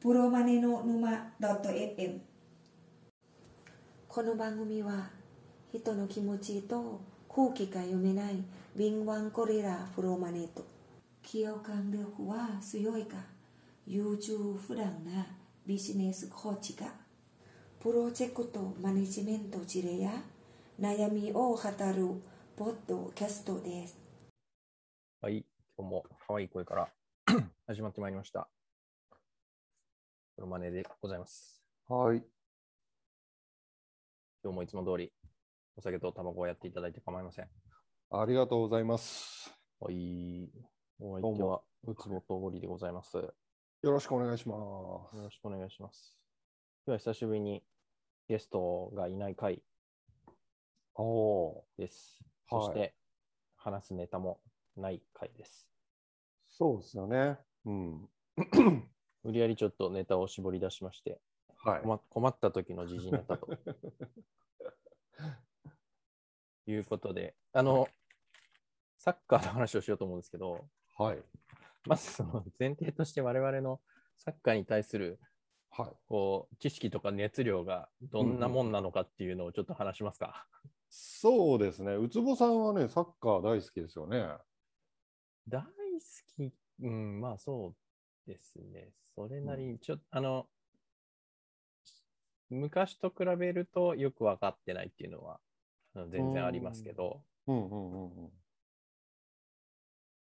プロマネの沼 .fm この番組は人の気持ちと空気が読めない敏腕コレラプロマネと企業間力は強いか優柔不断なビジネスコーチがプロジェクトマネジメント事例や悩みを語るポッドキャストですはい、今日も可愛い声から 始まってまいりました。プロマネでございます。はい。今日もいつも通りお酒と卵をやっていただいて構いません。ありがとうございます。はい、おど相う手はもうつぼとおりでございます。よよろしくお願いします。ろしくお願いします。今日は久しぶりにゲストがいない回おおです。はいそして話すネタもない回です。ー、そうですよね。うん。無理やりちょっとネタを絞り出しまして、はい。困困った時の時事ネタということで、あの、サッカーの話をしようと思うんですけど、はい。まずその前提として我々のサッカーに対するはい。こう知識とか熱量がどんなもんなのかっていうのをちょっと話しますか。そうですね。ウツボさんはね、サッカー大好きですよね。大好き、うん、まあそうですね。それなりに、ちょっと、あの、昔と比べるとよく分かってないっていうのはあの全然ありますけど、うんうんうんうん。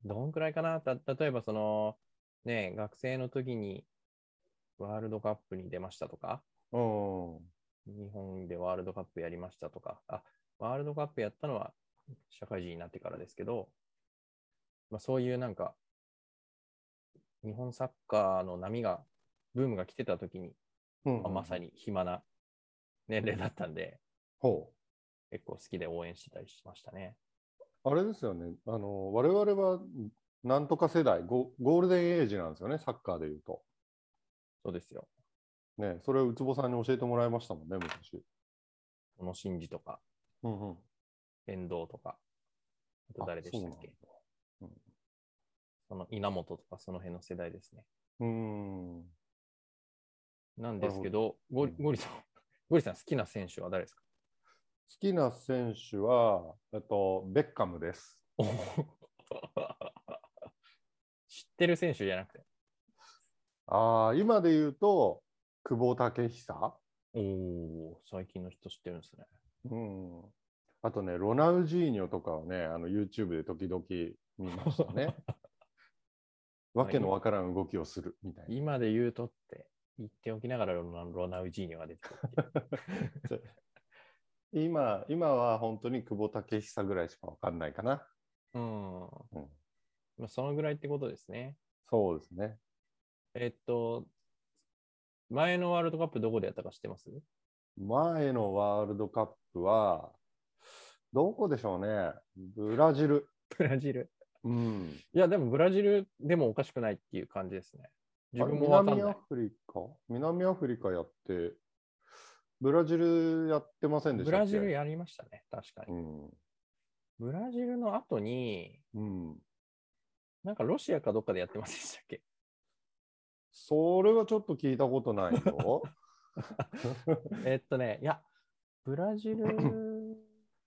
どんくらいかなた例えばその、ね、学生の時にワールドカップに出ましたとか、うん。日本でワールドカップやりましたとか、あ、ワールドカップやったのは社会人になってからですけど、まあ、そういうなんか、日本サッカーの波が、ブームが来てた時に、うんうんまあまさ。に暇な年齢だったんで、ほ結構好きで応援してたりしましたね。う。あれですよね。あの、我々は、なんとか世代ゴ、ゴールデンエイジなんですよね、サッカーでいうと。そうですよ。ね、それをウツボさんに教えてもらいましたもんね、昔。小野伸二とか、うんうん。遠藤とか、あと誰でしたっけそ,、そうなんだの稲本とかその辺の世代ですね。うーん。なんですけど、ほゴどリゴリさん、 ゴリさん好きな選手は誰ですか 好きな選手は、えっと、ベッカムです。知ってる選手じゃなくて。ああ、今で言うと、久保建英、おお、最近の人知ってるんですね。うん、あとね、ロナウジーニョとかはね、あの YouTube で時々見ました ね。わけのわからん動きをするみたいな。今で言うとって言っておきながらロナロナウジーニョが出てく るっていう今、今は本当に久保建英ぐらいしかわかんないかな。うん。うん、まあ、そのぐらいってことですね。そうですね。えっと、前のワールドカップどこでやったか知ってます前のワールドカップは、どこでしょうね。ブラジル。ブラジル。うん。いや、でもブラジルでもおかしくないっていう感じですね。自分もあわかんれ南なアい。フリカ南アフリカやって、ブラジルやってませんでしブたっラけジルやりましたね、確かうに。ん。ブラジルの後に、うん。なんかロシアかどっかでやってませんでしたっ けそれはちょっと聞いたことな いよ。えっとね、いや、ブラジル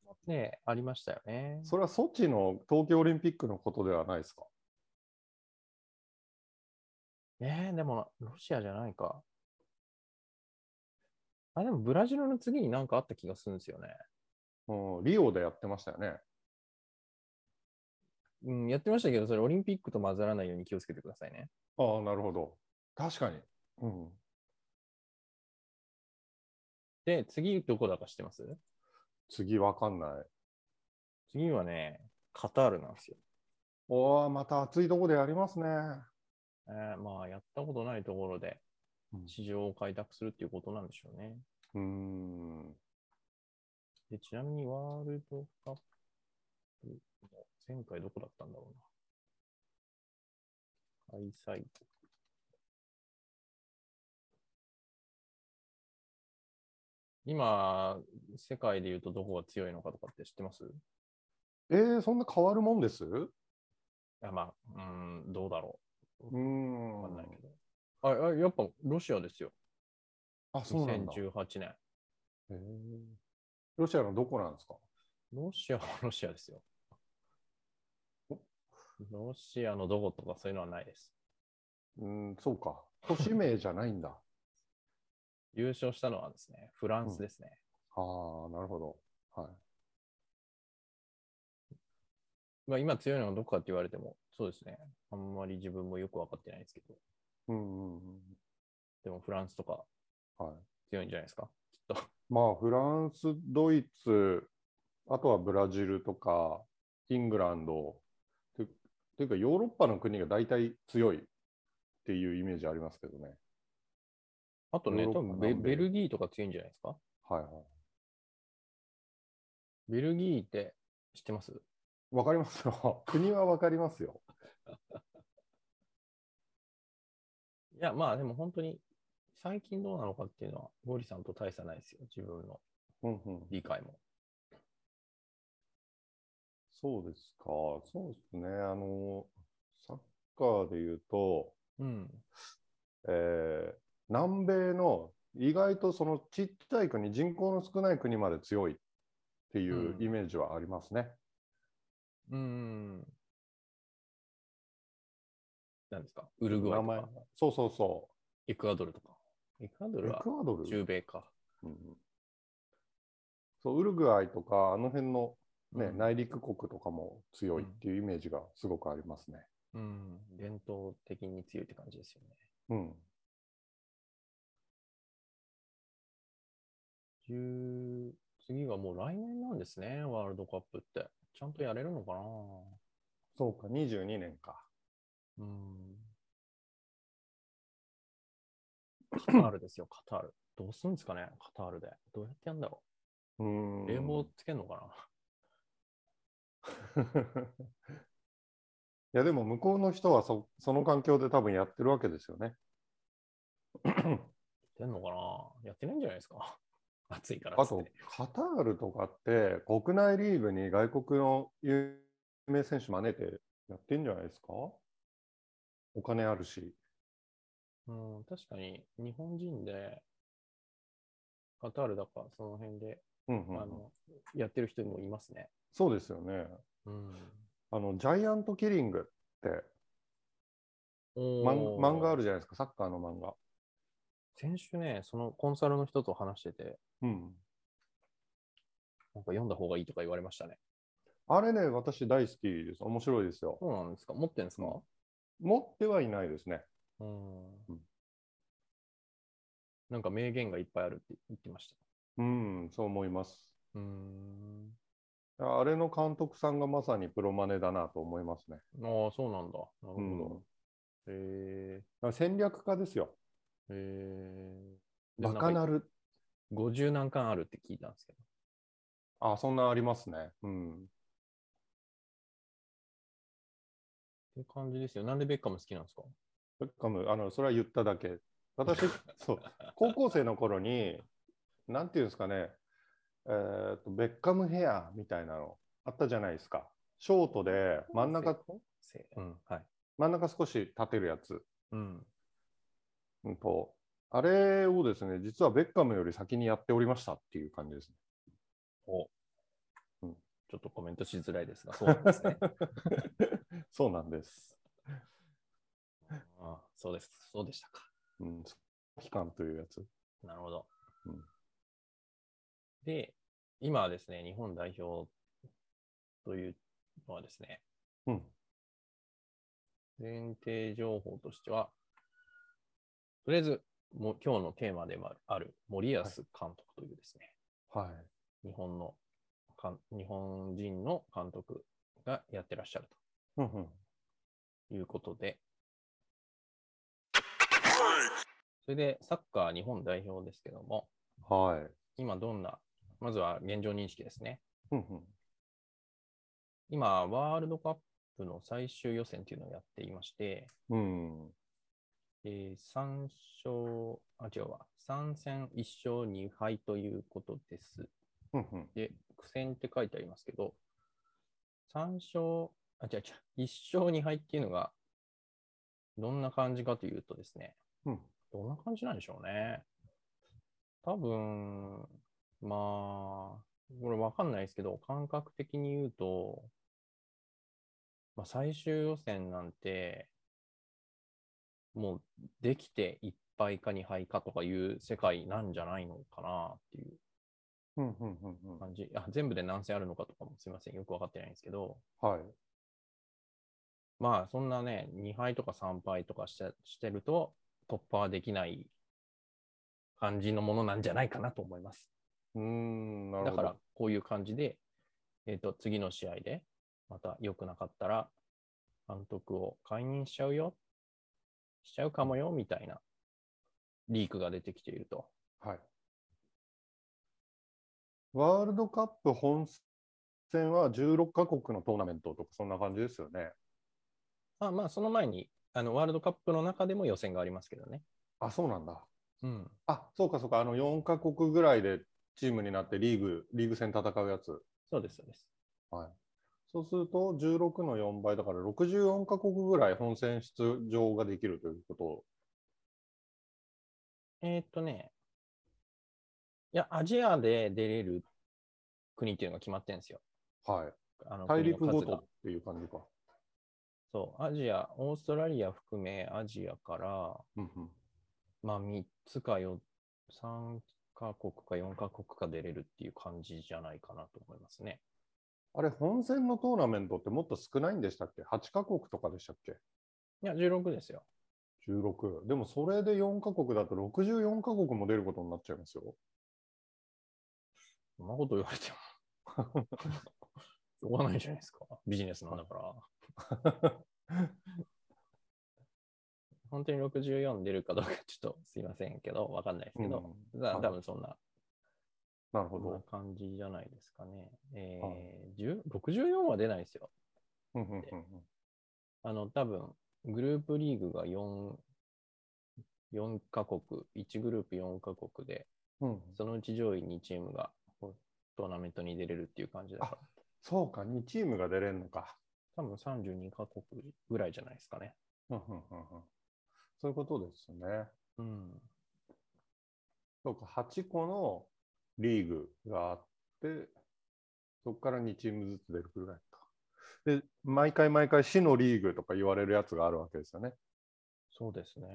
もね、ありましたよね。それはソチの東京オリンピックのことではないですか。えー、でもロシアじゃないか。あ、でもブラジルの次になんかあった気がするんですよね。うん、リオでやってましたよね。うん、やってましたけど、それオリンピックと混ざらないように気をつけてくださいね。ああ、なるほど。確かに。うん。で、次どこだか知ってます次わかんない。次はね、カタールなんですよ。おお、また暑いとこでやりますね。えーまあ、やったことないところでうん市場を開拓するっていうことなんでしょうね。うーん。でちなみにワールドカップの前回どこだったんだろうな。開催国。今、世界で言うとどこが強いのかとかって知ってますえー、そんな変わるもんですうあまあ、うーん、どうだろーん。う。わかんないけど。ああやっぱロシアですよ。あ、そうなんだ。へ2018年。えロシアのどこなんですかロシアはロシアですよお。ロシアのどことかそういうのはないです。うん、そうか。都市名じゃないんだ。あ 優勝したのはですね、フランスですね。あー、なるほど。はい。まあ今強いのはどこかって言われても、そうですね。あんまり自分もよく分かってないですけど、うんうんうん。でもフランスとかはい。強いんじゃないですか。まあ、フランス、ドイツ、あとはブラジルとか、イングランド、てていうか、ヨーロッパの国が大体強いっていうイメージありますけどね。あとね、ヨー多ロッパ分ベ南米ベルギーとか強いんじゃないですか。はいはい。ベルギーって知ってますわかりますよ。 国はわかりますよ。いや、まあでも本当に最近どうなのかっていうのは、ゴリさんと大差ないですよ。自分のうんうん。理解も。そうですか。そうですね。あの、サッカーで言うと、うん。えー南米の意外とそのちっちゃい国、人口の少ない国まで強いっていううんイメージはありますね。うん。何ですかウルグアイ名と前か、そうそうそエクアドルとか。エクアドう。エルはクアドル、中米か。うんそうウルグアイとか、あの辺の、ねうん内陸国とかも強いっていうイメージがすごくありますね。うん。伝統的に強いって感じですよね。うん。十次がもう来年なんですね、ワールドカップって。ちゃんとやれるのかなそうか、22年か。うん。カタールですよ、カタール。どうすんですかね、カタールで。どうやってやんだろうう。ん。冷 房つけんのかな、いや、でも向こうの人はそその環境で多分やってるわけですよね。やってんのかなやってないんじゃないですか 暑いからっあつっとて。、カタールとかって、国内リーグに外国の有名選手招いてやってんじゃないですかお金あるし。うん、確かに日本人で、カタールだからその辺で、うんうんうんあのやってる人もいますね。そうですよね。うん。あの、ジャイアントキリングって、マン漫画あるじゃないですか、サッカーの漫画。先週ね、そのコンサルの人と話してて、うん。なんか読んだ方がいいとか言われましたね。あれね、私大好きです。面白いですよ。そうなんですか持ってんですか持ってはいないですね。うんうんなんか名言がいっぱいあるって言ってましうん、そう思います。た。うん。あれの監督さんがまさにプロマネだなと思いますね。ああ、そうなんだ。なるほうんど。へ戦略家ですよ。え。へえ。バカなる。る。 50何巻あるって聞いたんですけど。あ、そんなありますね。うん。って感じですよ。なんでベッカム好きなんですかベッカム、あの、それは言っただけ。 私、そう、高校生の頃に、なんていうんですかね、えーと、ベッカムヘアみたいなのあったじゃないですか。ショートで真ん中、せうん。はい。真ん中少し立てるやつ。うん。うんと、あれをですね、実はベッカムより先にやっておりましたっていう感じですね。お、うんちょっとコメントしづらい ですが、そうなんですね。そうなんです。ああそうです。そうでしたか。うん、期間というやつ。なるほど。うんで、今はですね、日本代表というのはですね、うん。前提情報としては、とりあえず、もう今日のテーマでもあるある森保監督というですね、はい。日本のかん、日本人の監督がやってらっしゃるうんうん、ということで、それでサッカー日本代表ですけども、はい。今どんな、まずは現状認識ですね。うんうん、今、ワールドカップの最終予選っていうのをやっていまして、うん。えー、3勝、あ、違うわ、3戦1勝2敗ということです。うんうん。で、苦戦って書いてありますけど、3勝、あ、違う違う、1勝2敗っていうのが、どんな感じかというとですね、うんどんな感じなんでしょうね。多分、まあ、これわかんないですけど、感覚的に言うと、まあ、最終予選なんて、もうできていっぱいか2敗かとかいう世界なんじゃないのかなっていううんうんうんうん。感じ。あ、全部で何戦あるのかとかもすいません。よくわかってないんですけど、はい。まあそんなね、2敗とか3敗とかしてしてると突破はできない感じのものなんじゃないかなと思います。うーん、なるだほど。からこういう感じで、えっ、と、次の試合でまた良くなかったら監督を解任しちゃうよ、しちゃうかもよみたいなリークが出てきていると。はい。ワールドカップ本戦は16カ国のトーナメントとか、そんな感じですよね。あまあその前にあのワールドカップの中でも予選がありますけどね。あ、そうなんだ。うん。あ、そうかそうか。あの、4カ国ぐらいでチームになってリーグ、リーグ戦戦うやつ。そうです、そうです。はい。そうすると、16の4倍だから64カ国ぐらい本戦出場ができるというこえーっとね、いや、アジアで出れる国っていうのが決まってるんですよ。と。はい。あの大陸国のご数とがっていう感じか。そう、アジア、オーストラリア含め、アジアから、うんうん。まあ、3つかよ3カ国か4カ国か出れるっていう感じじゃないかなと思いますね。あれ、本戦のトーナメントってもっと少ないんでしたっけ ?8 カ国とかでしたっけいや、16ですよ。 16。でもそれで4カ国だと64カ国も出ることになっちゃいますよ。そんなこと言われても、しょうがないじゃないですか。ビジネスなんだから。本当に64出るかどうか、ちょっとすいませんけど、わかんないですけど、うんだはい多分そんな、なるほそんなど。感じじゃないですかね。えはいー、10 64は出ないですよ。うんうんうんうんあの、多分、グループリーグが4、4カ国、1グループ4カ国で、うん、そのうち上位2チームがこうトーナメントに出れるっていう感じだから、そうか、2チームが出れるのか。多分32カ国ぐらいじゃないですかね。うんうんうんうんそういうことですね。うん。そうか、8個のリーグがあって、そこから2チームずつ出るぐらいか。で、毎回毎回、市のリーグとか言われるやつがあるわけですよね。そうですね。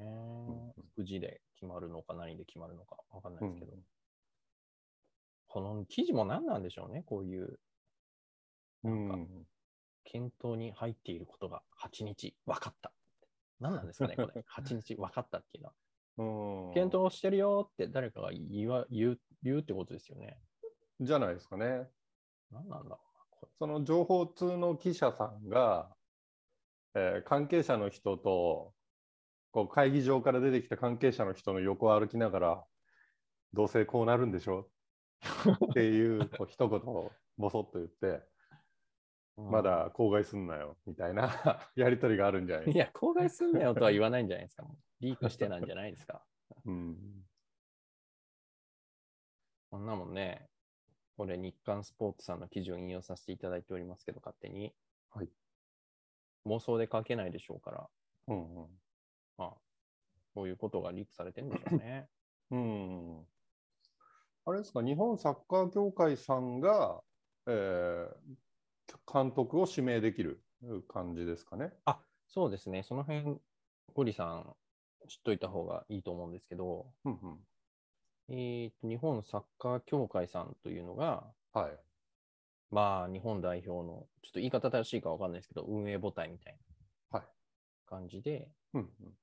くじで決まるのか、何で決まるのか、わかんないですけど、うんこの記事も何なんでしょうね、こういううん、なん検討に入っていることが8日分かった。何なんですかね、こ れ。8日分かったっていうのは。うん検討してるよって誰かが言わ言う言うってことですよね。じゃないですかね。何なんだろうな、これ。その情報通の記者さんが、えー関係者の人とこう会議場から出てきた関係者の人の横を歩きながらどうせこうなるんでしょっていう こう一言をボソッと言って、まだ口外すんなよみたいな やり取りがあるんじゃないうん。いや、口外すんなよとは言わないんじゃないですか。もうリークしてなんじゃないですか。うんこんなもんね、これ日刊スポーツさんの記事を引用させていただいておりますけど、勝手に。はい妄想で書けないでしょうから、うんまあ、こういうことがリークされてるんでしょうね。 うんうんあれですか日本サッカー協会さんが、えー監督を指名できる感じですかね。そうですね、その辺、ゴリさん、知っといた方がいいと思うんですけど、うんうんえーと日本サッカー協会さんというのが、はい。まあ、日本代表の、ちょっと言い方正しいかわかんないですけど、運営母体みたいなはい感じで、うん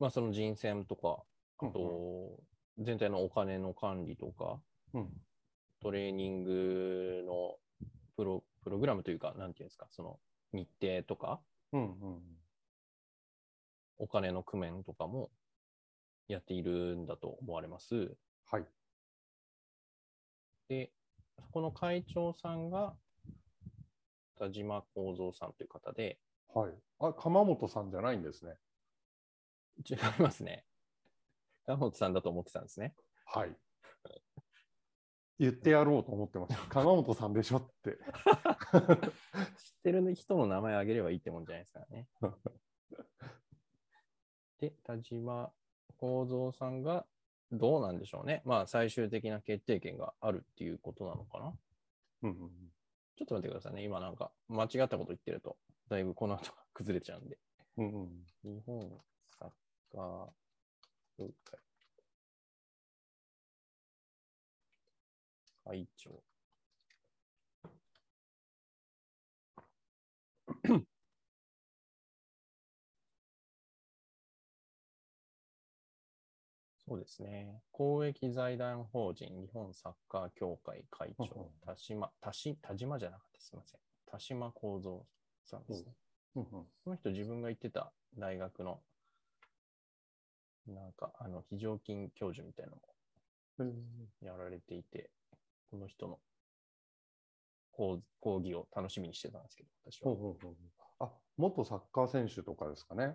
まあ、その人選とか、うんあと、全体のお金の管理とか、うんうんトレーニングのプロプログラムというか、なんていうんですか、その日程とか、うんうんお金の工面とかもやっているんだと思われます。はい。で、そこの会長さんが、田島幸三さんという方で、はい。あ、鎌本さんじゃないんですね。違いますね。ガ本さんだと思ってたんですね。 はい。言ってやろうと思ってました。鎌本さんでしょって。知ってる人の名前あげればいいってもんじゃないですからね。 で、田島幸三さんがどうなんでしょうね。まあ、最終的な決定権があるっていうことなのかな。うんうんうんちょっと待ってくださいね。今なんか間違ったこと言ってると、だいぶこの後が崩れちゃうんで。うんうん日本サッカー協会会長。 そうですね。公益財団法人日本サッカー協会会うんうん長、田島、田島田島じゃなかった、すみません。田島幸三さんですね。うんうんこの人自分が行ってた大学の、なんか、あの、非常勤教授みたいなのもうんやられていて、この人の講講義を楽しみにしてたんですけど、私ほうは。ほうほうあ元サッカー選手とかですかね。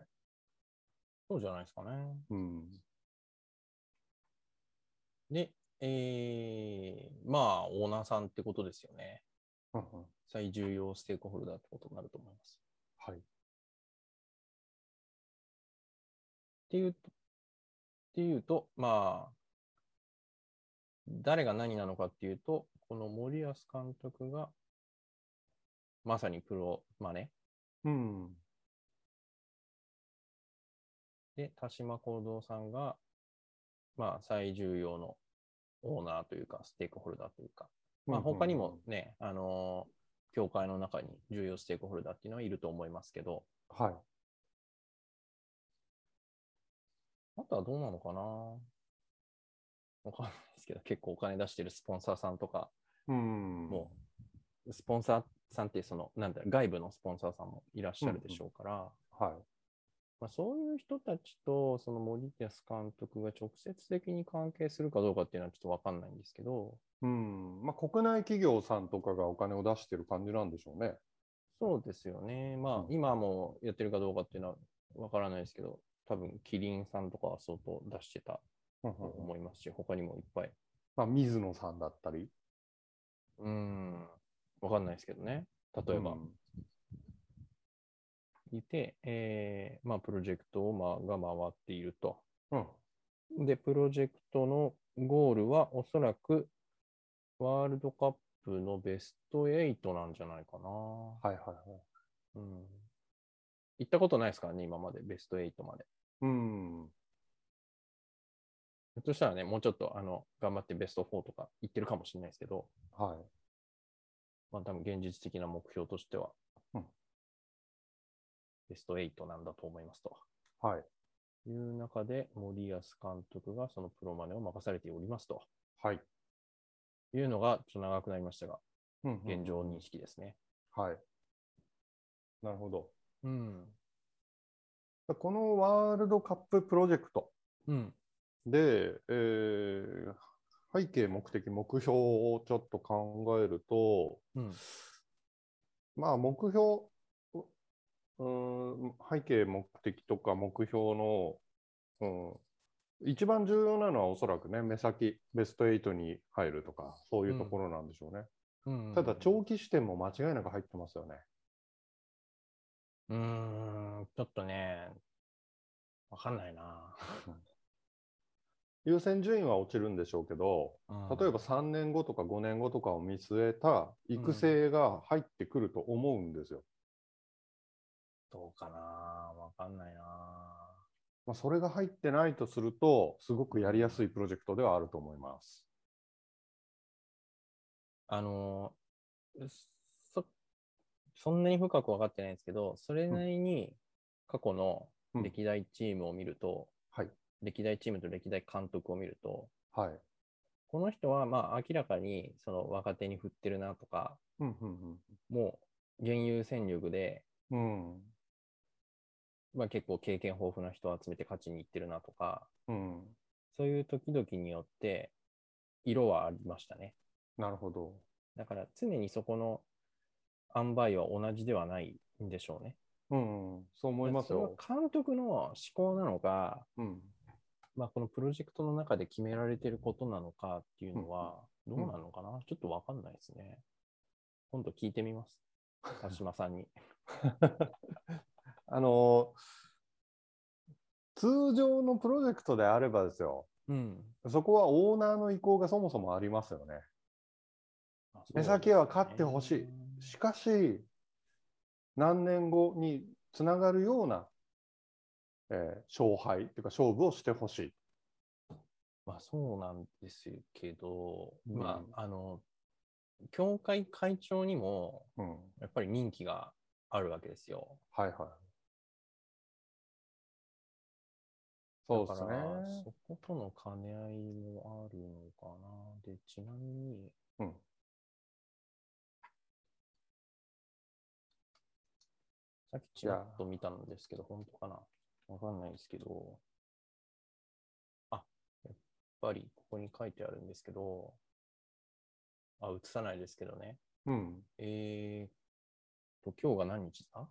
そうじゃないですかね。うんで、えー、まあ、オーナーさんってことですよね。うんうん最重要ステークホルダーってことになると思います。はい。っていうと、っていうと、まあ、誰が何なのかっていうと、この森保監督が、まさにプロマネ。うんで、田島幸三さんが、まあ、最重要のオーナーというか、ステークホルダーというか、まあ、うんうんうん他にもね、あのー協会の中に重要ステークホルダーっていうのはいると思いますけど、はい。あとはどうなのかなわかんないですけど、結構お金出してるスポンサーさんとか、うんもう、スポンサーさんって、その、なんだ、外部のスポンサーさんもいらっしゃるでしょうから、はまあ、そういう人たちと、その森保監督が直接的に関係するかどうかっていうのはちょっとわかんないんですけど、い。うん。まあ国内企業さんとかがお金を出してる感じなんでしょうね。そうですよね。まあ、うん今もやってるかどうかっていうのはわからないですけど、多分、キリンさんとかは相当出してたうんとうんうん思いますし、他にもいっぱい。まあ水野さんだったり。うーん、わかんないですけどね。例えばう、んいて、えーまあ、プロジェクトを、まあ、が回っていると。うん。で、プロジェクトのゴールはおそらくワールドカップのベスト8なんじゃないかな。はいはいはい。うん、行ったことないですからね、今までベスト8まで。うん。ひょっとしたらね、もうちょっとあの頑張ってベスト4とか行ってるかもしれないですけど、はい。まあ多分現実的な目標としては、うんベスト8なんだと思いますと。はい。いう中で、森保監督がそのプロマネを任されておりますとはい。いうのが、ちょっと長くなりましたが、うんうん現状認識ですね。はい。なるほど。うん。このワールドカッププロジェクトうん。で、えー背景、目的、目標をちょっと考えると、うん。まあ、目標、うーん、背景、目的とか目標の、うん、一番重要なのはおそらくね、目先、ベスト8に入るとか、そういうところなんでしょうね。うん、ただ、長期視点も間違いなく入ってますよね。うーん、ちょっとね、わかんないな。優先順位は落ちるんでしょうけど、うん例えば、3年後とか5年後とかを見据えた育成が入ってくると思うんですよ。どうかな。わかんないな。まあ、それが入ってないとすると、すごくやりやすいプロジェクトではあると思います。あの、そ、そんなに深く分かってないんですけど、それなりに過去のうん歴代チームを見ると、はい歴代チームと歴代監督を見ると、はい。この人はまあ明らかにその若手に振ってるなとか、うんうんもう現有戦力で、うん。まあ、結構経験豊富な人を集めて勝ちに行ってるなとか、うん。うん。そういう時々によって色はありましたね。なるほど。だから常にそこの塩梅は同じではないんでしょうね。うん、うん。そう思いますよ。それは監督の思考なのか、うん。まあ、このプロジェクトの中で決められてることなのかっていうのは、どうなのかな、ちょっとわかんないですね。今度聞いてみ ます。田島さんに。あの通常のプロジェクトであればですよ、うん。そこはオーナーの意向がそもそもありますよね。目先は勝ってほしいしかし、何年後につながるような、えー勝敗というか勝負をしてほしい。まあそうなんですけど、うんまああの、教会会長にもうん、はやっぱり任期があるわけですよ。いはい。そうでだすかね。ら、そことの兼ね合いもあるのかな。で、ちなみに、うんさっきちらっと見たんですけど、本当かなわかんないですけど、あ、やっぱりここに書いてあるんですけど、あ、映さないですけどね。うん。えーっと、今日が何日だ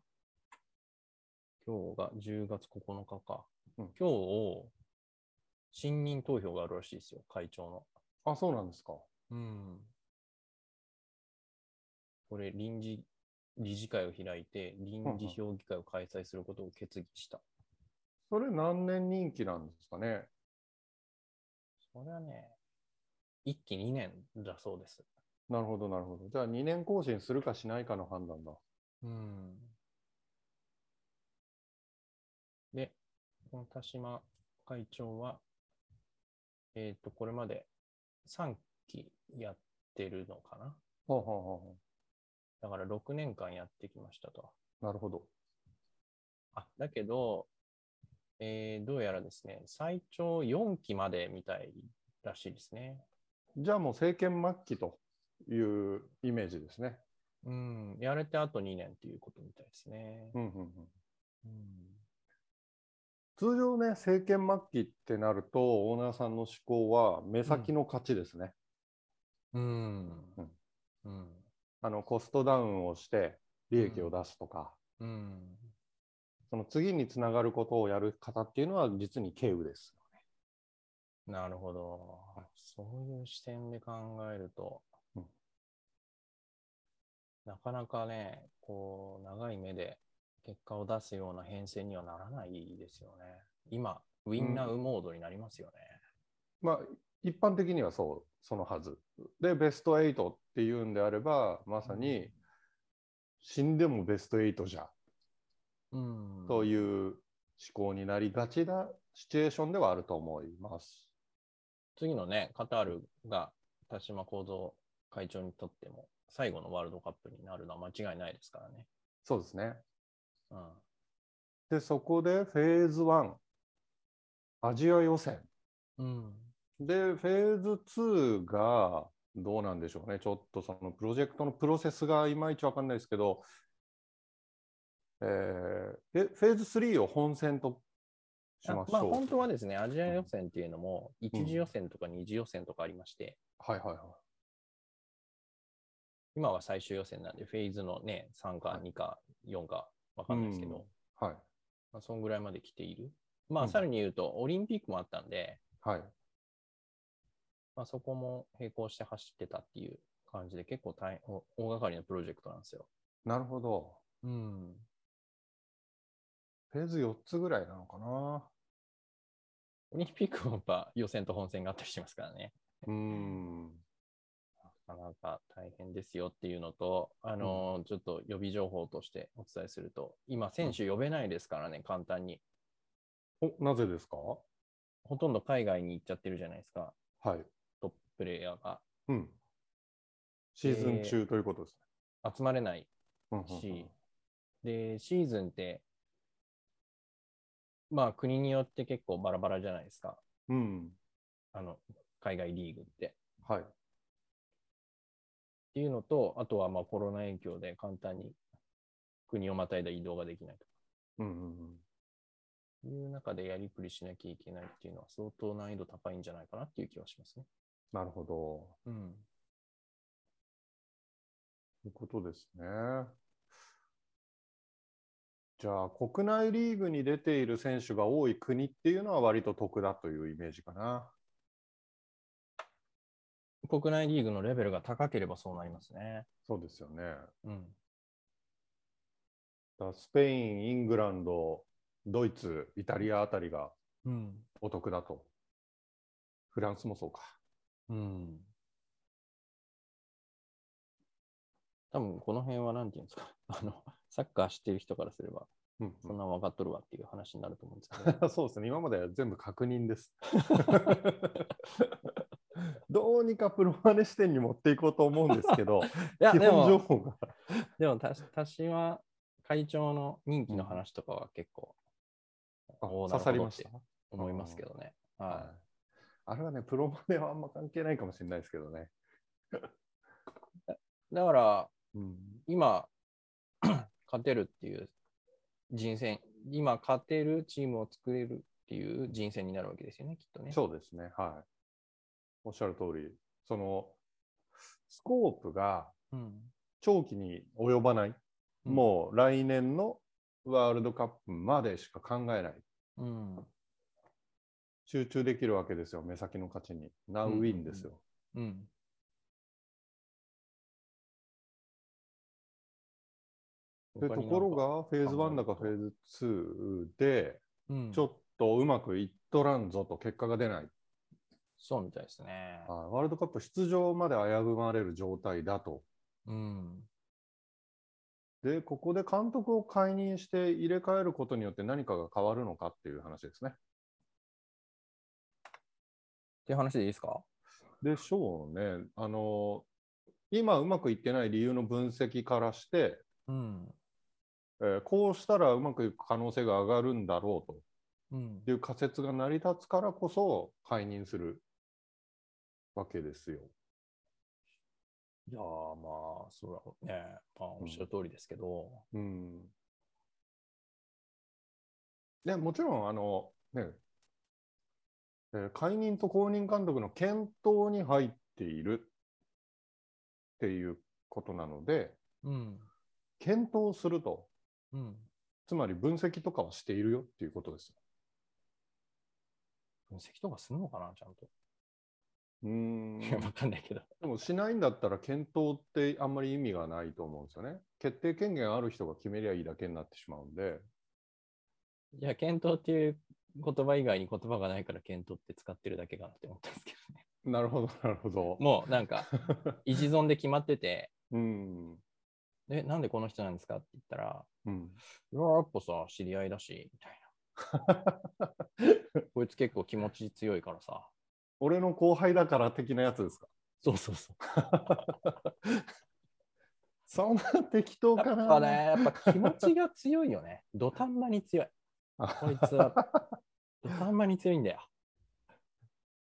今日が10月9日か。うん今日、信任投票があるらしいですよ、会長の。あ、そうなんですか。うん。これ、臨時、理事会を開いて、臨時評議会を開催することを決議した。それ何年人気なんですかね。それはね、1期2年だそうです。なるほど、なるほど。じゃあ2年更新するかしないかの判断だ。うん。で、この田島会長は、えっ、と、これまで3期やってるのかなはあ、はあはだから6年間やってきましたと。あ、なるほど。あ、だけど、えーどうやらですね、最長4期までみたいらしいですね。じゃあもう政権末期というイメージですね。うん、やれてあと2年ということみたいですね。うんうんうん、うん通常ね、政権末期ってなると、オーナーさんの思考は目先の勝ちですね。うん。うんうん。あのコストダウンをして利益を出すとか、うん。その次につながることをやる方っていうのは実に軽有です。なるほど。そういう視点で考えると、うんなかなかね、こう、長い目で結果を出すような編成にはならないですよね。今、ウィンナーモードになりますよね。まあ、一般的にはそう、そのはず。で、ベスト8っていうんであれば、まさに死んでもベスト8じゃうんという思考になりがちなシチュエーションではあると思います。次のね、カタールが田島幸三会長にとっても最後のワールドカップになるのは間違いないですからね。そうですね。うん。で、そこでフェーズ1、アジア予選。うん。で、フェーズ2がどうなんでしょうね。ちょっとそのプロジェクトのプロセスがいまいちわかんないですけど、えーでフェーズ3を本戦としあましょう。まあ、本当はですね、アジア予選っていうのも、一次予選とか二次予選とかありまして、はいはいはい。今は最終予選なんで、フェーズのね、3か2か4か分かんないですけど、うんはい。まあ、そんぐらいまで来ている。まうあ、んさらに言うと、オリンピックもあったんで、はい。まあ、そこも並行して走ってたっていう感じで、結構大大掛かりなプロジェクトなんですよ。なるほど。うん。フェーズ4つぐらいなのかな。オリンピックもやっぱ予選と本戦があったりしますからね。うーん。なかなか大変ですよっていうのと、あのーちょっと予備情報としてお伝えすると、今、選手呼べないですからね、簡単に。お、なぜですかほとんど海外に行っちゃってるじゃないですか、はい。トッププレイヤーが。うん。シーズン中ということですね。集まれないうんうんうんし、で、シーズンって、まあ、国によって結構バラバラじゃないですか、うん。あの、海外リーグって。っはい。ていうのと、あとはまあコロナ影響で簡単に国をまたいだ移動ができないと。うんうんうん。いう中でやりくりしなきゃいけないっていうのは相当難易度高いんじゃないかなっていう気はしますね。なるほど。うん。ということですね。じゃあ、国内リーグに出ている選手が多い国っていうのは割と得だというイメージかな。国内リーグのレベルが高ければそうなりますね。そうですよね。うん。だスペイン、イングランド、ドイツ、イタリアあたりがうん。お得だと。フランスもそうか。うん。多分この辺は何て言うんですか、 あの、サッカー知ってる人からすれば、うんそんなん分かっとるわっていう話になると思うんです けど、そうですね、今までは全部確認です。 どうにかプロマネ視点に持っていこうと思うんですけど、 いや、基で本情も、報が。でも、たし私は会長の任期の話とかは結構あおー刺さりましなたる。思いますけどね。ははいあれはね、プロマネはあんま関係ないかもしれないですけどね。い。だから、うん、今、 勝てるっていう人選、今、勝てるチームを作れるっていう人選になるわけですよね、きっとね。そうですね、はい。おっしゃる通り、そのスコープがうん。長期に及ばない、うんもう来年のワールドカップまでしか考えない、うん。集中できるわけですよ、目先の勝ちに。ナウウィンですよ。うん。でところが、フェーズ1だ考かフえェーズ2で、他になんか、ちょっとうまくいっとらんぞと結果が出ない、そうみたいですね。あワールドカップ出場まで危ぶまれる状態だと。うん。で、ここで監督を解任して入れ替えることによって何かが変わるのかっていう話ですね。っていう話でいいですかでしょうね。あの、今うまくいってない理由の分析からして、うん。えーこうしたらうまくいく可能性が上がるんだろううんと。いう仮説が成り立つからこそ解任するわけですよ。いやーまあ、そうだろうね。まあ、おっしゃる通りですけど。うん。でもちろん、あの、ね、えー解任と公認監督の検討に入っているっていうことなので、うん。検討すると、うん。つまり分析とかはしているよっていうことですよ。分析とかするのかな、ちゃんと。うーん。いや、わかんないけど。でもしないんだったら検討ってあんまり意味がないと思うんですよね。決定権限ある人が決めりゃいいだけになってしまうんで。いや、検討っていう言葉以外に言葉がないから検討って使ってるだけかなって思ったんですけどね。なるほど、なるほど。もうなん か、一存で決まってて、うん。え、なんでこの人なんですかって言ったら、うん。いや、やっぱさ、知り合いだし、みたい な。こいつ結構気持ち強いからさ。俺の後輩だから的なやつですか。そうそうそう。そんな適当やかな。っぱね、やっぱ気持ちが強いよね。 土壇場に強い。こいつは、土壇場に強いんだよ。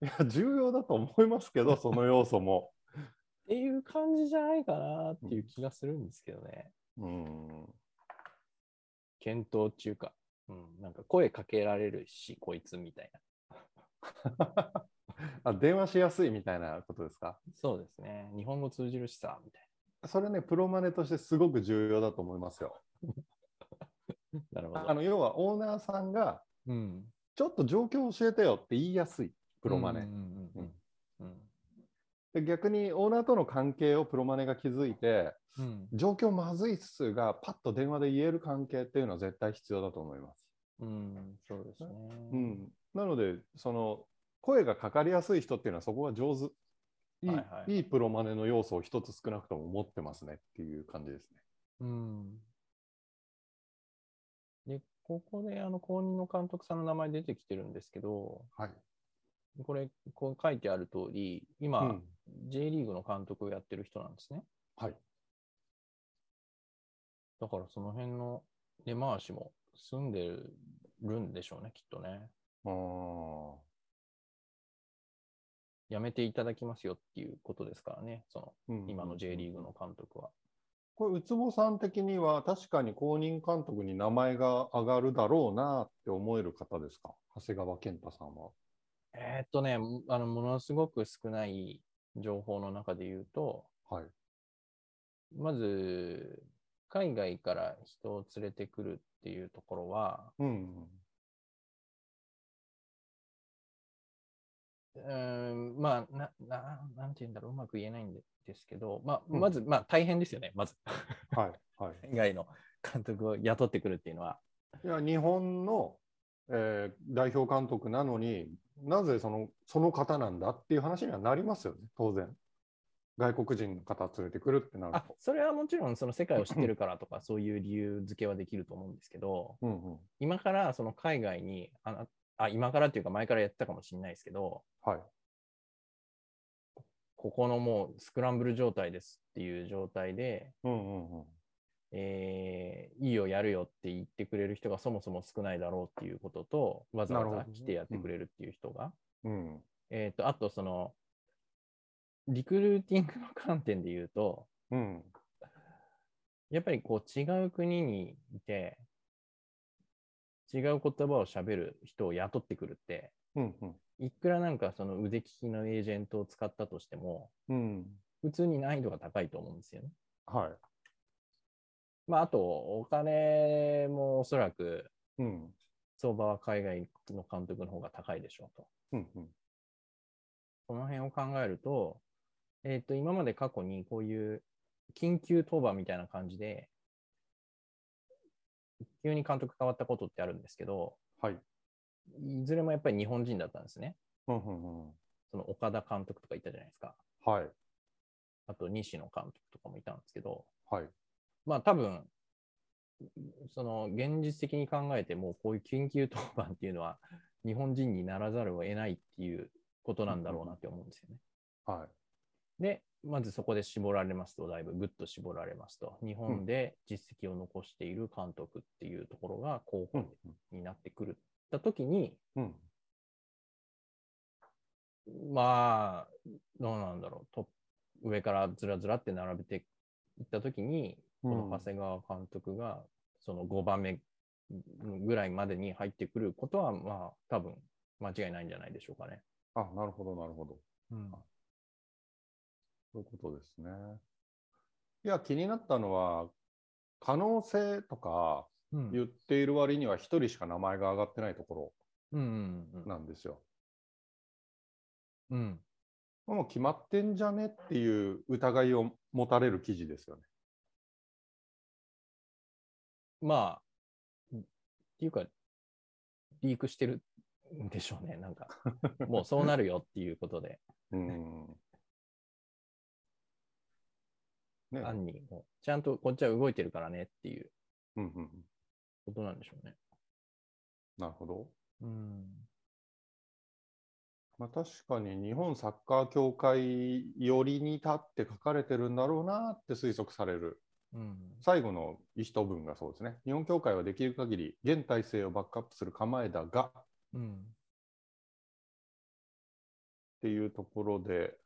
いや重要だと思いますけ ど、その要素も。っていう感じじゃないかなっていう気がするんですけどね。うん。 検討中か。うん、なんか声かけられるし、こいつみたいな。あ電話しやすいみたいなことですか。そうですね。日本語通じるしさ、みたいそれね、プロマネとしてすごく重要だと思いますよ。な。なるほあど。の要はオーナーさんが、うん。ちょっと状況教えてよって言いやすい、プロマネ。うんうんうんで逆にオーナーとの関係をプロマネが築いて、うん。うん。状況まずいっすが、パッと電話で言える関係っていうのは絶対必要だと思います。うん、そうですね。う。ん、なので、その声がかかりやすい人っていうのはそこは上手。いい,、はいいはいい、プロマネの要素を一つ少なくとも持ってますねっていう感じですね。うん。で、ここで、あの、公認の監督さんの名前出てきてるんですけど、はい。これ、こう書いてある通り、今、うん J リーグの監督をやってる人なんですね。はい。だから、その辺の根回しも済んでるんでしょうね、きっとね。あーやめていただきますよっていうことですからね、その、うん今の J リーグの監督は。これ、ウツボさん的には、確かに公認監督に名前が上がるだろうなって思える方ですか、長谷川健太さんは。えーっとね、あの、ものすごく少ない情報の中で言うと、はい。まず、海外から人を連れてくるっていうところは、うん。うーん、まあ、な、な、なんて言うんだろう、うまく言えないんでですけど、まあ、うんまず、まあ、大変ですよね、まず。はい。はい。海外の監督を雇ってくるっていうのは。いや日本の、えー代表監督なのになぜそのその方なんだっていう話にはなりますよね当然外国人の方連れてくるってなるあと。それはもちろんその世界を知ってるからとかそういう理由付けはできると思うんですけどうんうん今からその海外にあなあ今からっていうか前からやってたかもしれないですけどはい、ここのもうスクランブル状態ですっていう状態で、うんうんうんえーいいよやるよって言ってくれる人がそもそも少ないだろうっていうこととわざなるわほざど来てやってくれるっていう人が、うんえー、とあとそのリクルーティングの観点で言うとうんやっぱりこう違う国にいて、違う言葉を喋る人を雇ってくるって、うんうんいくらなんかその腕利きのエージェントを使ったとしても、うん普通に難易度が高いと思うんですよね。はまあ、あと、お金もおそらくいうん相場は海外の監督の方が高いでしょうと。うんうんこの辺を考えると、えっ、と、今まで過去にこういう緊急当番みたいな感じで、急に監督変わったことってあるんですけど、はいいずれもやっぱり日本人だったんですね。うんうんうんその岡田監督とかいたじゃないですか。はいあと西野監督とかもいたんですけど、はいまあ多分、その現実的に考えても、こういう緊急当番っていうのは、日本人にならざるを得ないっていうことなんだろうなって思うんですよね。はいで、まずそこで絞られますと、だいぶぐっと絞られますと、日本で実績を残している監督っていうところが候う補んになってくるった時に、うんまあ、どうなんだろう、トップ上からずらずらって並べていったときに、うこんの長谷川監督がその5番目ぐらいまでに入ってくることは、まあ、多分間違いないんじゃないでしょうかね。あなるほどなるほどうんそういうことですね。いや、気になったのは、可能性とかうん言っている割には、一人しか名前が上がってないとこうんうんろなんですよ。うんうんもう決まってんじゃねっていう疑いを持たれる記事ですよね。まあ、っていうか、リークしてるんでしょうね、なん か、もうそうなるよっていうことで、うん。ね、案にもう、ちゃんとこっちは動いてるからねっていううんうん。ことなんでしょうね。なるほど。うんまあ、確かに日本サッカー協会寄りに立って書かれてるんだろうなって推測されるうん最後の一文がそうですね。日本協会はできる限り現体制をバックアップする構えだがっうん、ていうところで、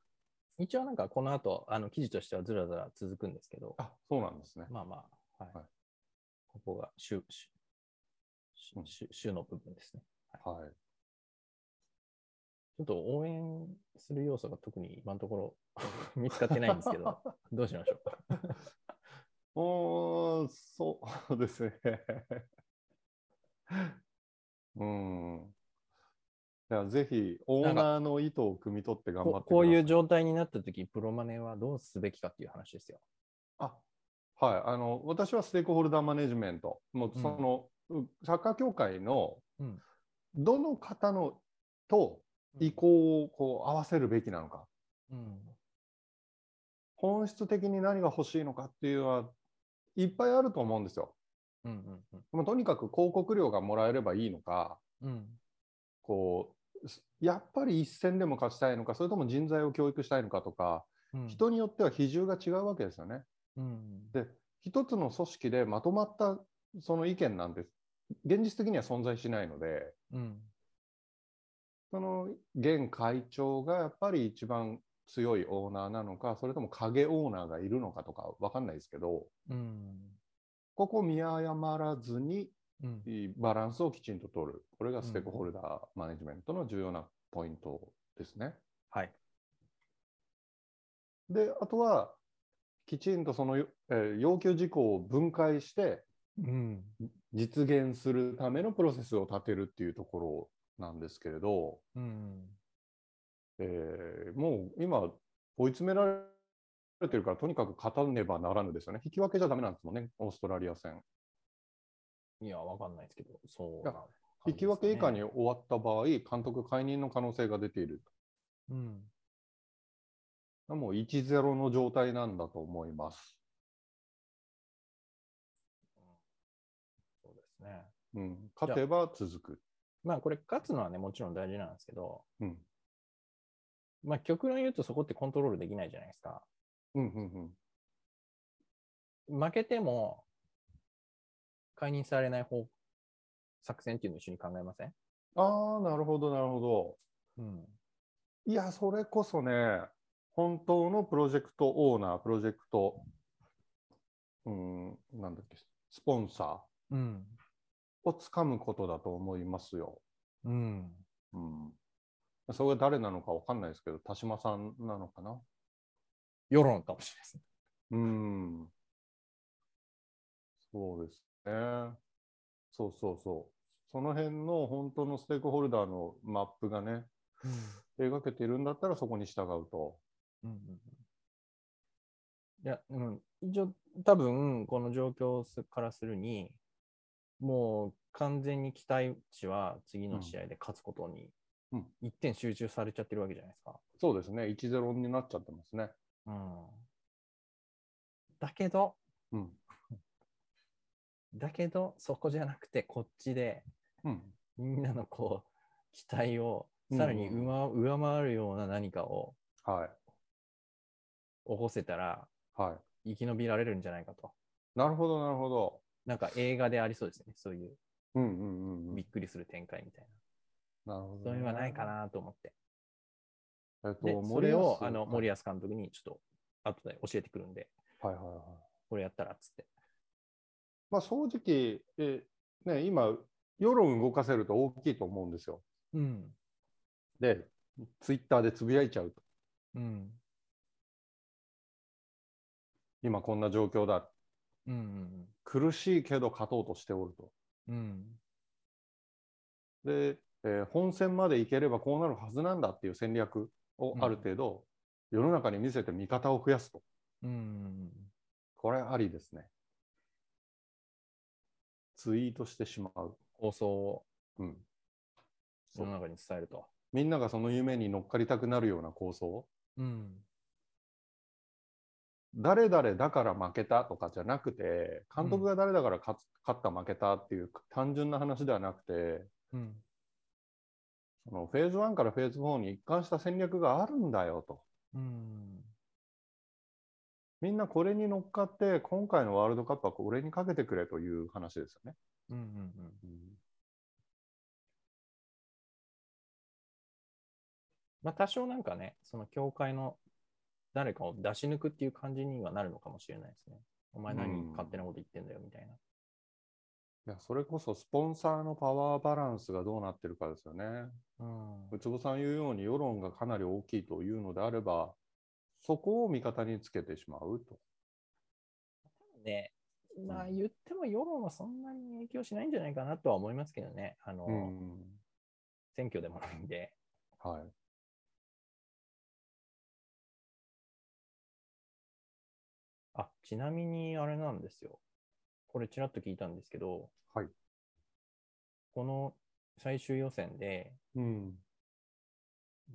一応なんかこの後あの記事としてはずらずら続くんですけど、あそうなんですね。まあまあ、はいはいここが週週うん週週の部分ですね。はい。ちょっと応援する要素が特に今のところ 見つかってないんですけど、どうしましょうか。おーそうですね。 うん。いや、ぜひ、オーナーの意図を汲み取って頑張ってくこださい。こういう状態になった時プロマネはどうすべきかっていう話ですよ。あはい、あの私はステークホルダーマネジメント、もううんその、うサッカー協会のうんどの方のと意向をこう合わせるべきなのか、うん、本質的に何が欲しいのかっていうのはいっぱいあると思うんですよ。うん、うん、うんもうとにかく広告料がもらえればいいのか、うん、こうすやっぱり一戦でも勝ちたいのか、それとも人材を教育したいのかとか、うん、人によっては比重が違うわけですよね。うん、で一つの組織でまとまったその意見なんて現実的には存在しないのでうん、その現会長がやっぱり一番強いオーナーなのかそれとも影オーナーがいるのかとか分かんないですけどうん、ここ見誤らずにうん、バランスをきちんと取るこれがステークホルダーマネジメントの重要なポイントですね。はい。であとはきちんとその、えー要求事項を分解してうん、実現するためのプロセスを立てるっていうところなんですけれど、うん、えーもう今追い詰められてるからとにかく勝たねばならぬですよね引き分けじゃダメなんですもんねオーストラリア戦いや、わかんないですけど、そういなや感じ引き分け以下でにすかね終わった場合、監督解任の可能性が出ている。うん。もう1-0の状態なんだと思います。そうですね。うん、勝てば続く。まあ、これ、勝つのはね、もちろん大事なんですけど、うん、まあ、極論言うと、そこってコントロールできないじゃないですか。うん、うん、負けても、解任されない方、作戦っていうのを一緒に考えませんうん。ああ、なるほど、なるほど。うん。いや、それこそね、本当のプロジェクトオーナー、プロジェクト、うん、なんだっけ、スポンサうん。ーをつかむことだと思いますよ。うん。うん、それが誰なのかわかんないですけど、田島さんなのかな。世論かもしれないですね。うん。そうですね。そうそうそう。その辺の本当のステークホルダーのマップがね、描けてるんだったらそこに従うと。うんうんうんいや、うん、一応、多分この状況すからするに、もう完全に期待値は次の試合で勝つことにうん、一点集中されちゃってるわけじゃないですか。そうですね。1-0になっちゃってますね。うん、だけど、うん。だけど、そこじゃなくて、こっちで、うん。みんなのこう、期待をさらに上,、上回るような何かをはい。起こせたら、はい。生き延びられるんじゃないかと。なるほど、なるほど。なんか映画でありそうですね。そういううんうんうんうん。びっくりする展開みたいなるほど、な。そういうのはないか。なと思って。えっと、で、そ森れを保あのはい森保監督にちょっと後で教えてくるんで、はいはいはい。これやったらっつって。まあ、正直、えね、今、世論動かせると大きいと思うんですよ。うん。で、ツイッターでつぶやいちゃうと。うん。今こんな状況だ。うん。苦しいけど勝とうとしておると。うん。で、えー本戦まで行ければこうなるはずなんだっていう戦略をうんある程度、世の中に見せて味方を増やすと。うん。これありですね。ツイートしてしまう。構想をうん。世の中に伝えると。みんながその夢に乗っかりたくなるような構想。うん。誰々だから負けたとかじゃなくて、監督が誰だから勝つ勝った負けたっていう単純な話ではなくて、うん。そのフェーズ1からフェーズ4に一貫した戦略があるんだよと。うん。みんなこれに乗っかって、今回のワールドカップはこれにかけてくれという話ですよね。うん。うん。まあ多少なんかね、その教会の誰かを出し抜くっていう感じにはなるのかもしれないですね。お前う何ん勝手なこと言ってんだよみたいな。いや、それこそスポンサーのパワーバランスがどうなってるかですよね。うん。ウツボさん言うように世論がかなり大きいというのであれば、そこを味方につけてしまうと。ね、まあうん言っても世論はそんなに影響しないんじゃないかなとは思いますけどね、あの、うん。選挙でもないんで。はい。あ、ちなみにあれなんですよ。これちらっと聞いたんですけど、はいこの最終予選で、うん。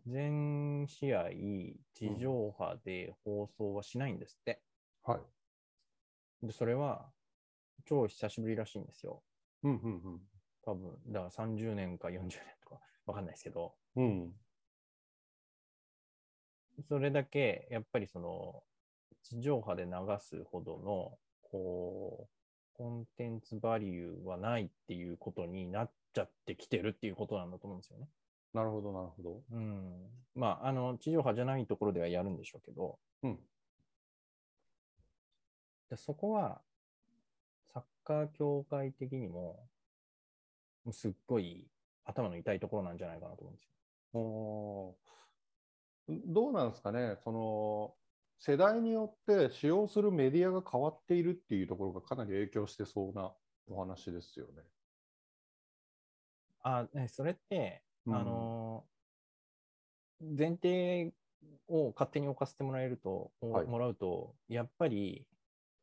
全試合地上波で放送はしないんですって。はい。で、それは超久しぶりらしいんですよ。うん、うん、多分、だから30年か40年とかわかんないですけど。うん。うん。それだけ、やっぱりその、地上波で流すほどの、こう、コンテンツバリューはないっていうことになっちゃってきてるっていうことなんだと思うんですよね。なるほど、なるほど。うん。まあ、あの、地上波じゃないところではやるんでしょうけど、うん。でそこは、サッカー協会的にも、もうすっごい頭の痛いところなんじゃないかなと思うんですよ。おーどうなんですかね、その世代によって使用するメディアが変わっているっていうところがかなり影響してそうなお話ですよね。あ、ね、それって、うんあのー前提を勝手に置かせてもらえると、はいもらうと、やっぱり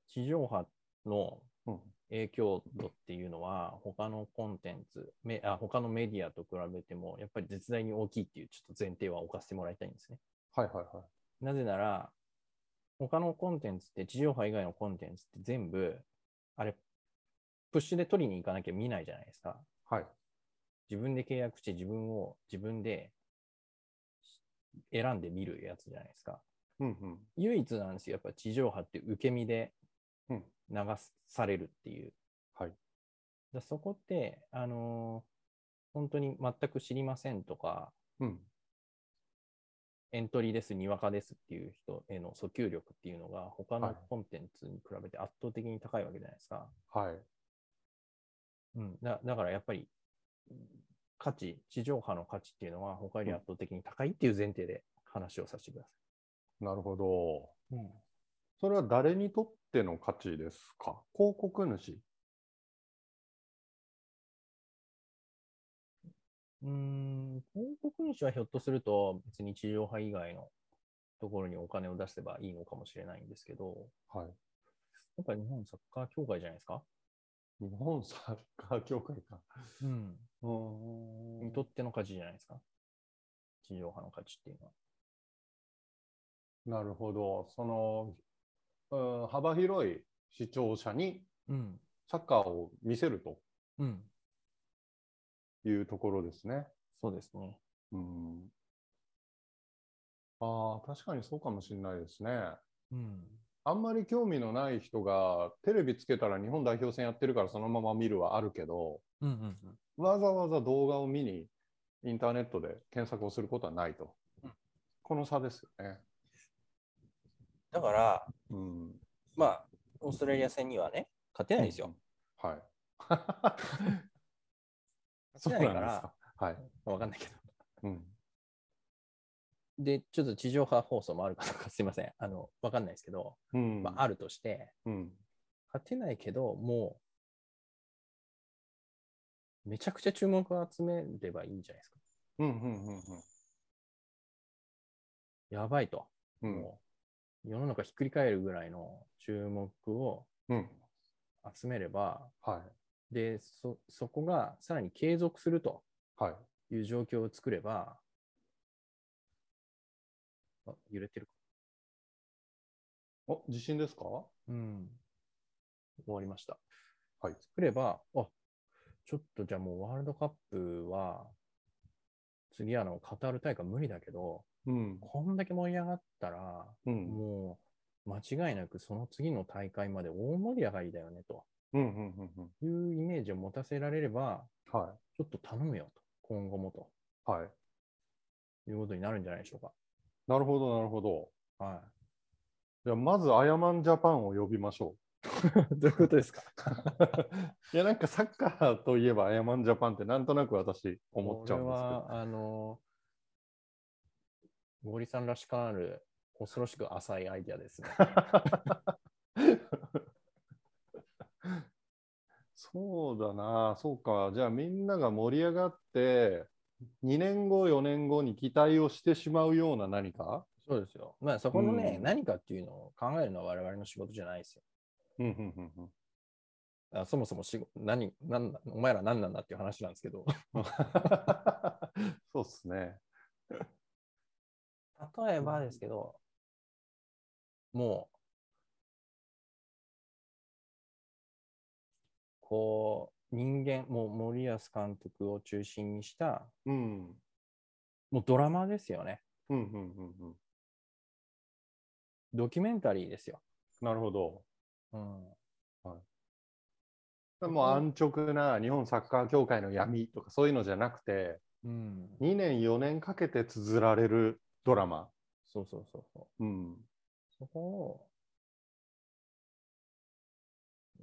地上波のうん影響度っていうのは、他のコンテンツ、めあ他のメディアと比べても、やっぱり絶大に大きいっていうちょっと前提は置かせてもらいたいんですね。はいはいはい。なぜなら、他のコンテンツって、地上波以外のコンテンツって全部、あれ、プッシュで取りに行かなきゃ見ないじゃないですか。はい。自分で契約して、自分を自分で選んで見るやつじゃないですか。うんうん。唯一なんですよ、やっぱ地上波って受け身でう流んされるっていう。はいだからそこって、あのー本当に全く知りませんとか、うん。エントリーです、にわかですっていう人への訴求力っていうのが、他はいのコンテンツに比べて圧倒的に高いわけじゃないですか。はい。うん、だだからやっぱり、価値、地上波の価値っていうのは、他より圧倒的に高いっていう前提で話をさせてくださなるほど。い。それは誰にとっての価値ですか広告主。うん、広告主はひょっとすると、別に地上波以外のところにお金を出せばいいのかもしれないんですけど、はい。やっぱり日本サッカー協会じゃないですか。日本サッカー協会か。うん。うーんにとっての価値じゃないですか。地上波の価値っていうのは。なるほど。その、うん、幅広い視聴者にうん。サッカーを見せるとうん。いうところですね。そうですね。うん。ああ、確かにそうかもしれないですね。うん。あんまり興味のない人がテレビつけたら日本代表戦やってるからそのまま見るはあるけど、うんうんうん。わざわざ動画を見にインターネットで検索をすることはないとうん。この差ですよね。だから、うん。まあ、オーストラリア戦にはね、勝てないんですよ。はい。 そうなんですか。はい。わかんないけど。うん。で、ちょっと地上波放送もあるかどうか、すいません。あの、わかんないですけど、うん。まあ、あるとして、うん。勝てないけど、もう、めちゃくちゃ注目を集めればいいんじゃないですか。うん。うん。うん。やばいと。うん。もう、世の中ひっくり返るぐらいの注目をうん。集めれば、はで、そ、そこがさらに継続するとい。はい。いう状況を作れば、あ揺れてるか。お、地震ですかうん。終わりました。はい作れば、あ、ちょっとじゃあもうワールドカップは、次あの、カタール大会無理だけど、うん。こんだけ盛り上がったら、うん。もう間違いなくその次の大会まで大盛り上がりだよねとうん。うん。うん。うん。いうイメージを持たせられれば、はちょっと頼むよと、今後もとい。はい。いうことになるんじゃないでしょうか。なるほど、なるほど。はじゃあ、まず、アヤマンジャパンを呼びまし ょい。どういうことですかう。いや、なんかサッカーといえばアヤマンジャパンってなんとなく私思っちゃうんこでれすけど。は、あの、ゴリさんらしからぬ、恐ろしく浅いアイディアです ね。そうだな、そうか。じゃあみんなが盛り上がって、2年後、4年後に期待をしてしまうような何かそうですよ。まあそこのね、うん何かっていうのを考えるのは我々の仕事じゃないですよ。うんうんうんうん。あそもそもし何何お前ら何なんだっていう話なんですけど、 そうっすね。例えばですけど、もう、こう、人間、もう森保監督を中心にした、うん。うんもうドラマですよね。うんうんうん。ドキュメンタリーですよ。なるほど。うん、もう安直な日本サッカー協会の闇とかそういうのじゃなくて、2年、4年かけて綴られるドラマ。そうそうそうそう。うん。そこを、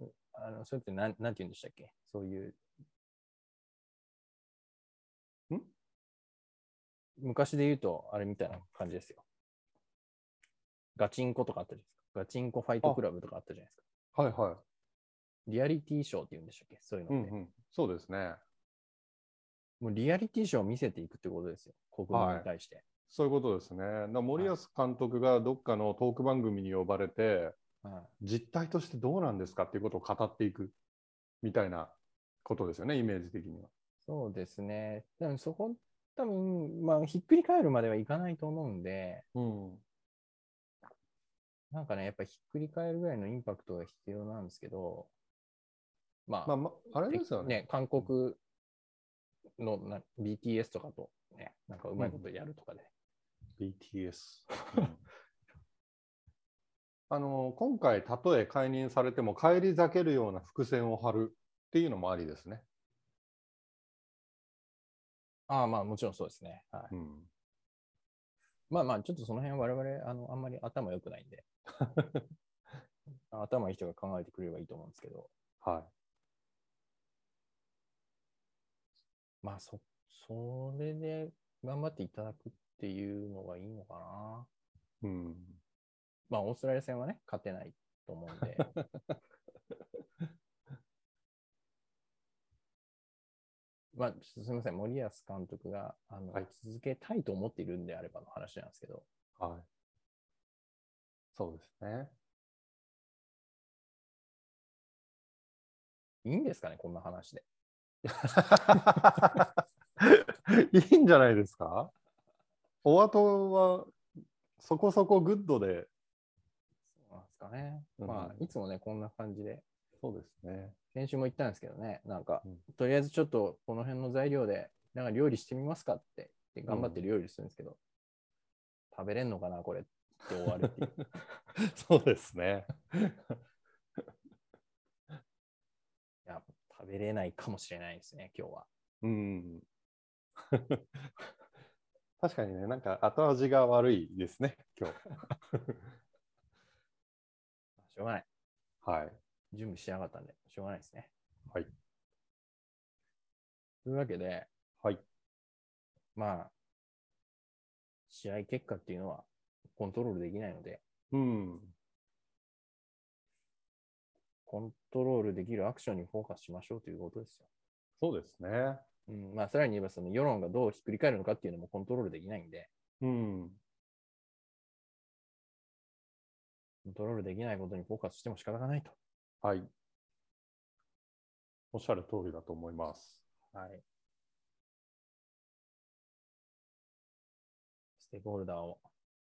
うあの、それってなん、なんて言うんでしたっけそういう。ん昔で言うと、あれみたいな感じですよ。ガチンコとかあったじゃないですか。ガチンコファイトクラブとかあったじゃないですか。はいはい。リアリティショーって言うんでしたっけそういううのんっうて。ん、そうですね。もうリアリティショーを見せていくってことですよ。国民に対して。そういうことですね。だから森保監督がどっかのトーク番組に呼ばれて、はい実態としてどうなんですかっていうことを語っていく。みたいなことですよね、イメージ的には。そうですね。でもそこ、多分、まあ、ひっくり返るまではいかないと思うんで、うん。なんかね、やっぱひっくり返るぐらいのインパクトが必要なんですけど、まあ、まあ、まあれですよね。韓国のな BTS とかと、ね、なんかうまいことやるとかで、 BTS。あの、今回、たとえ解任されても、帰り咲けるような伏線を張るっていうのもありですね。ああ、まあ、もちろんそうですね。はい うん。まあまあ、ちょっとその辺は我々、あの、あんまり頭良くないんで。頭いい人が考えてくれればいいと思うんですけど。はい。まあ、そ、それで頑張っていただくっていうのがいいのかな。うん、まあ、オーストラリア戦はね、勝てないと思 うんで。まあ、すみません、森保監督があの、はい続けたいと思っているんであればの話なんですけど、はい。そうですね。いいんですかね、こんな話で。いいんじゃないですかお後はそこそこグッドで。そうなんですかね。うんまあ、いつもね、こんな感じで、そうですね。先週も言ったんですけどね、なんか、うんとりあえずちょっとこの辺の材料で、なんか料理してみますかって、で頑張って料理するんですけど、食べれんのかな、これって終わるっていう。 そうですね。いや、食べれないかもしれないですね、今日は。うん。 確かにね、なんか後味が悪いですね、今 しょうがない。日。はい。準備してなかったんで、しょうがないですね。はい。というわけで、はい。まあ、試合結果っていうのはコントロールできないので、うん。コントロールできるアクションにフォーカスしましょうということですよ。そうですね。うん、まあ、さらに言えば、その世論がどうひっくり返るのかっていうのもコントロールできないんで、うん。コントロールできないことにフォーカスしても仕方がないと。はい。おっしゃる通りだと思います。はい。ステークホルダーを、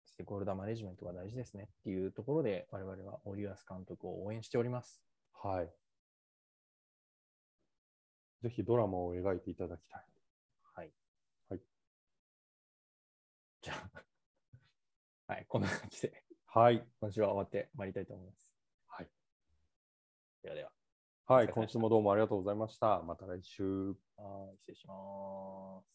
ステークホルダーマネジメントが大事ですねっていうところで、我々はオリアス監督を応援しております。はい。ぜひドラマを描いていただきたい。はい。はい。じゃあ、はい、こんな感じで、はい。今週は終わってまいりたいと思います。はい。ではでは、はお疲れ様でしい。た今週もどうもありがとうございました。また来週。はい失礼します。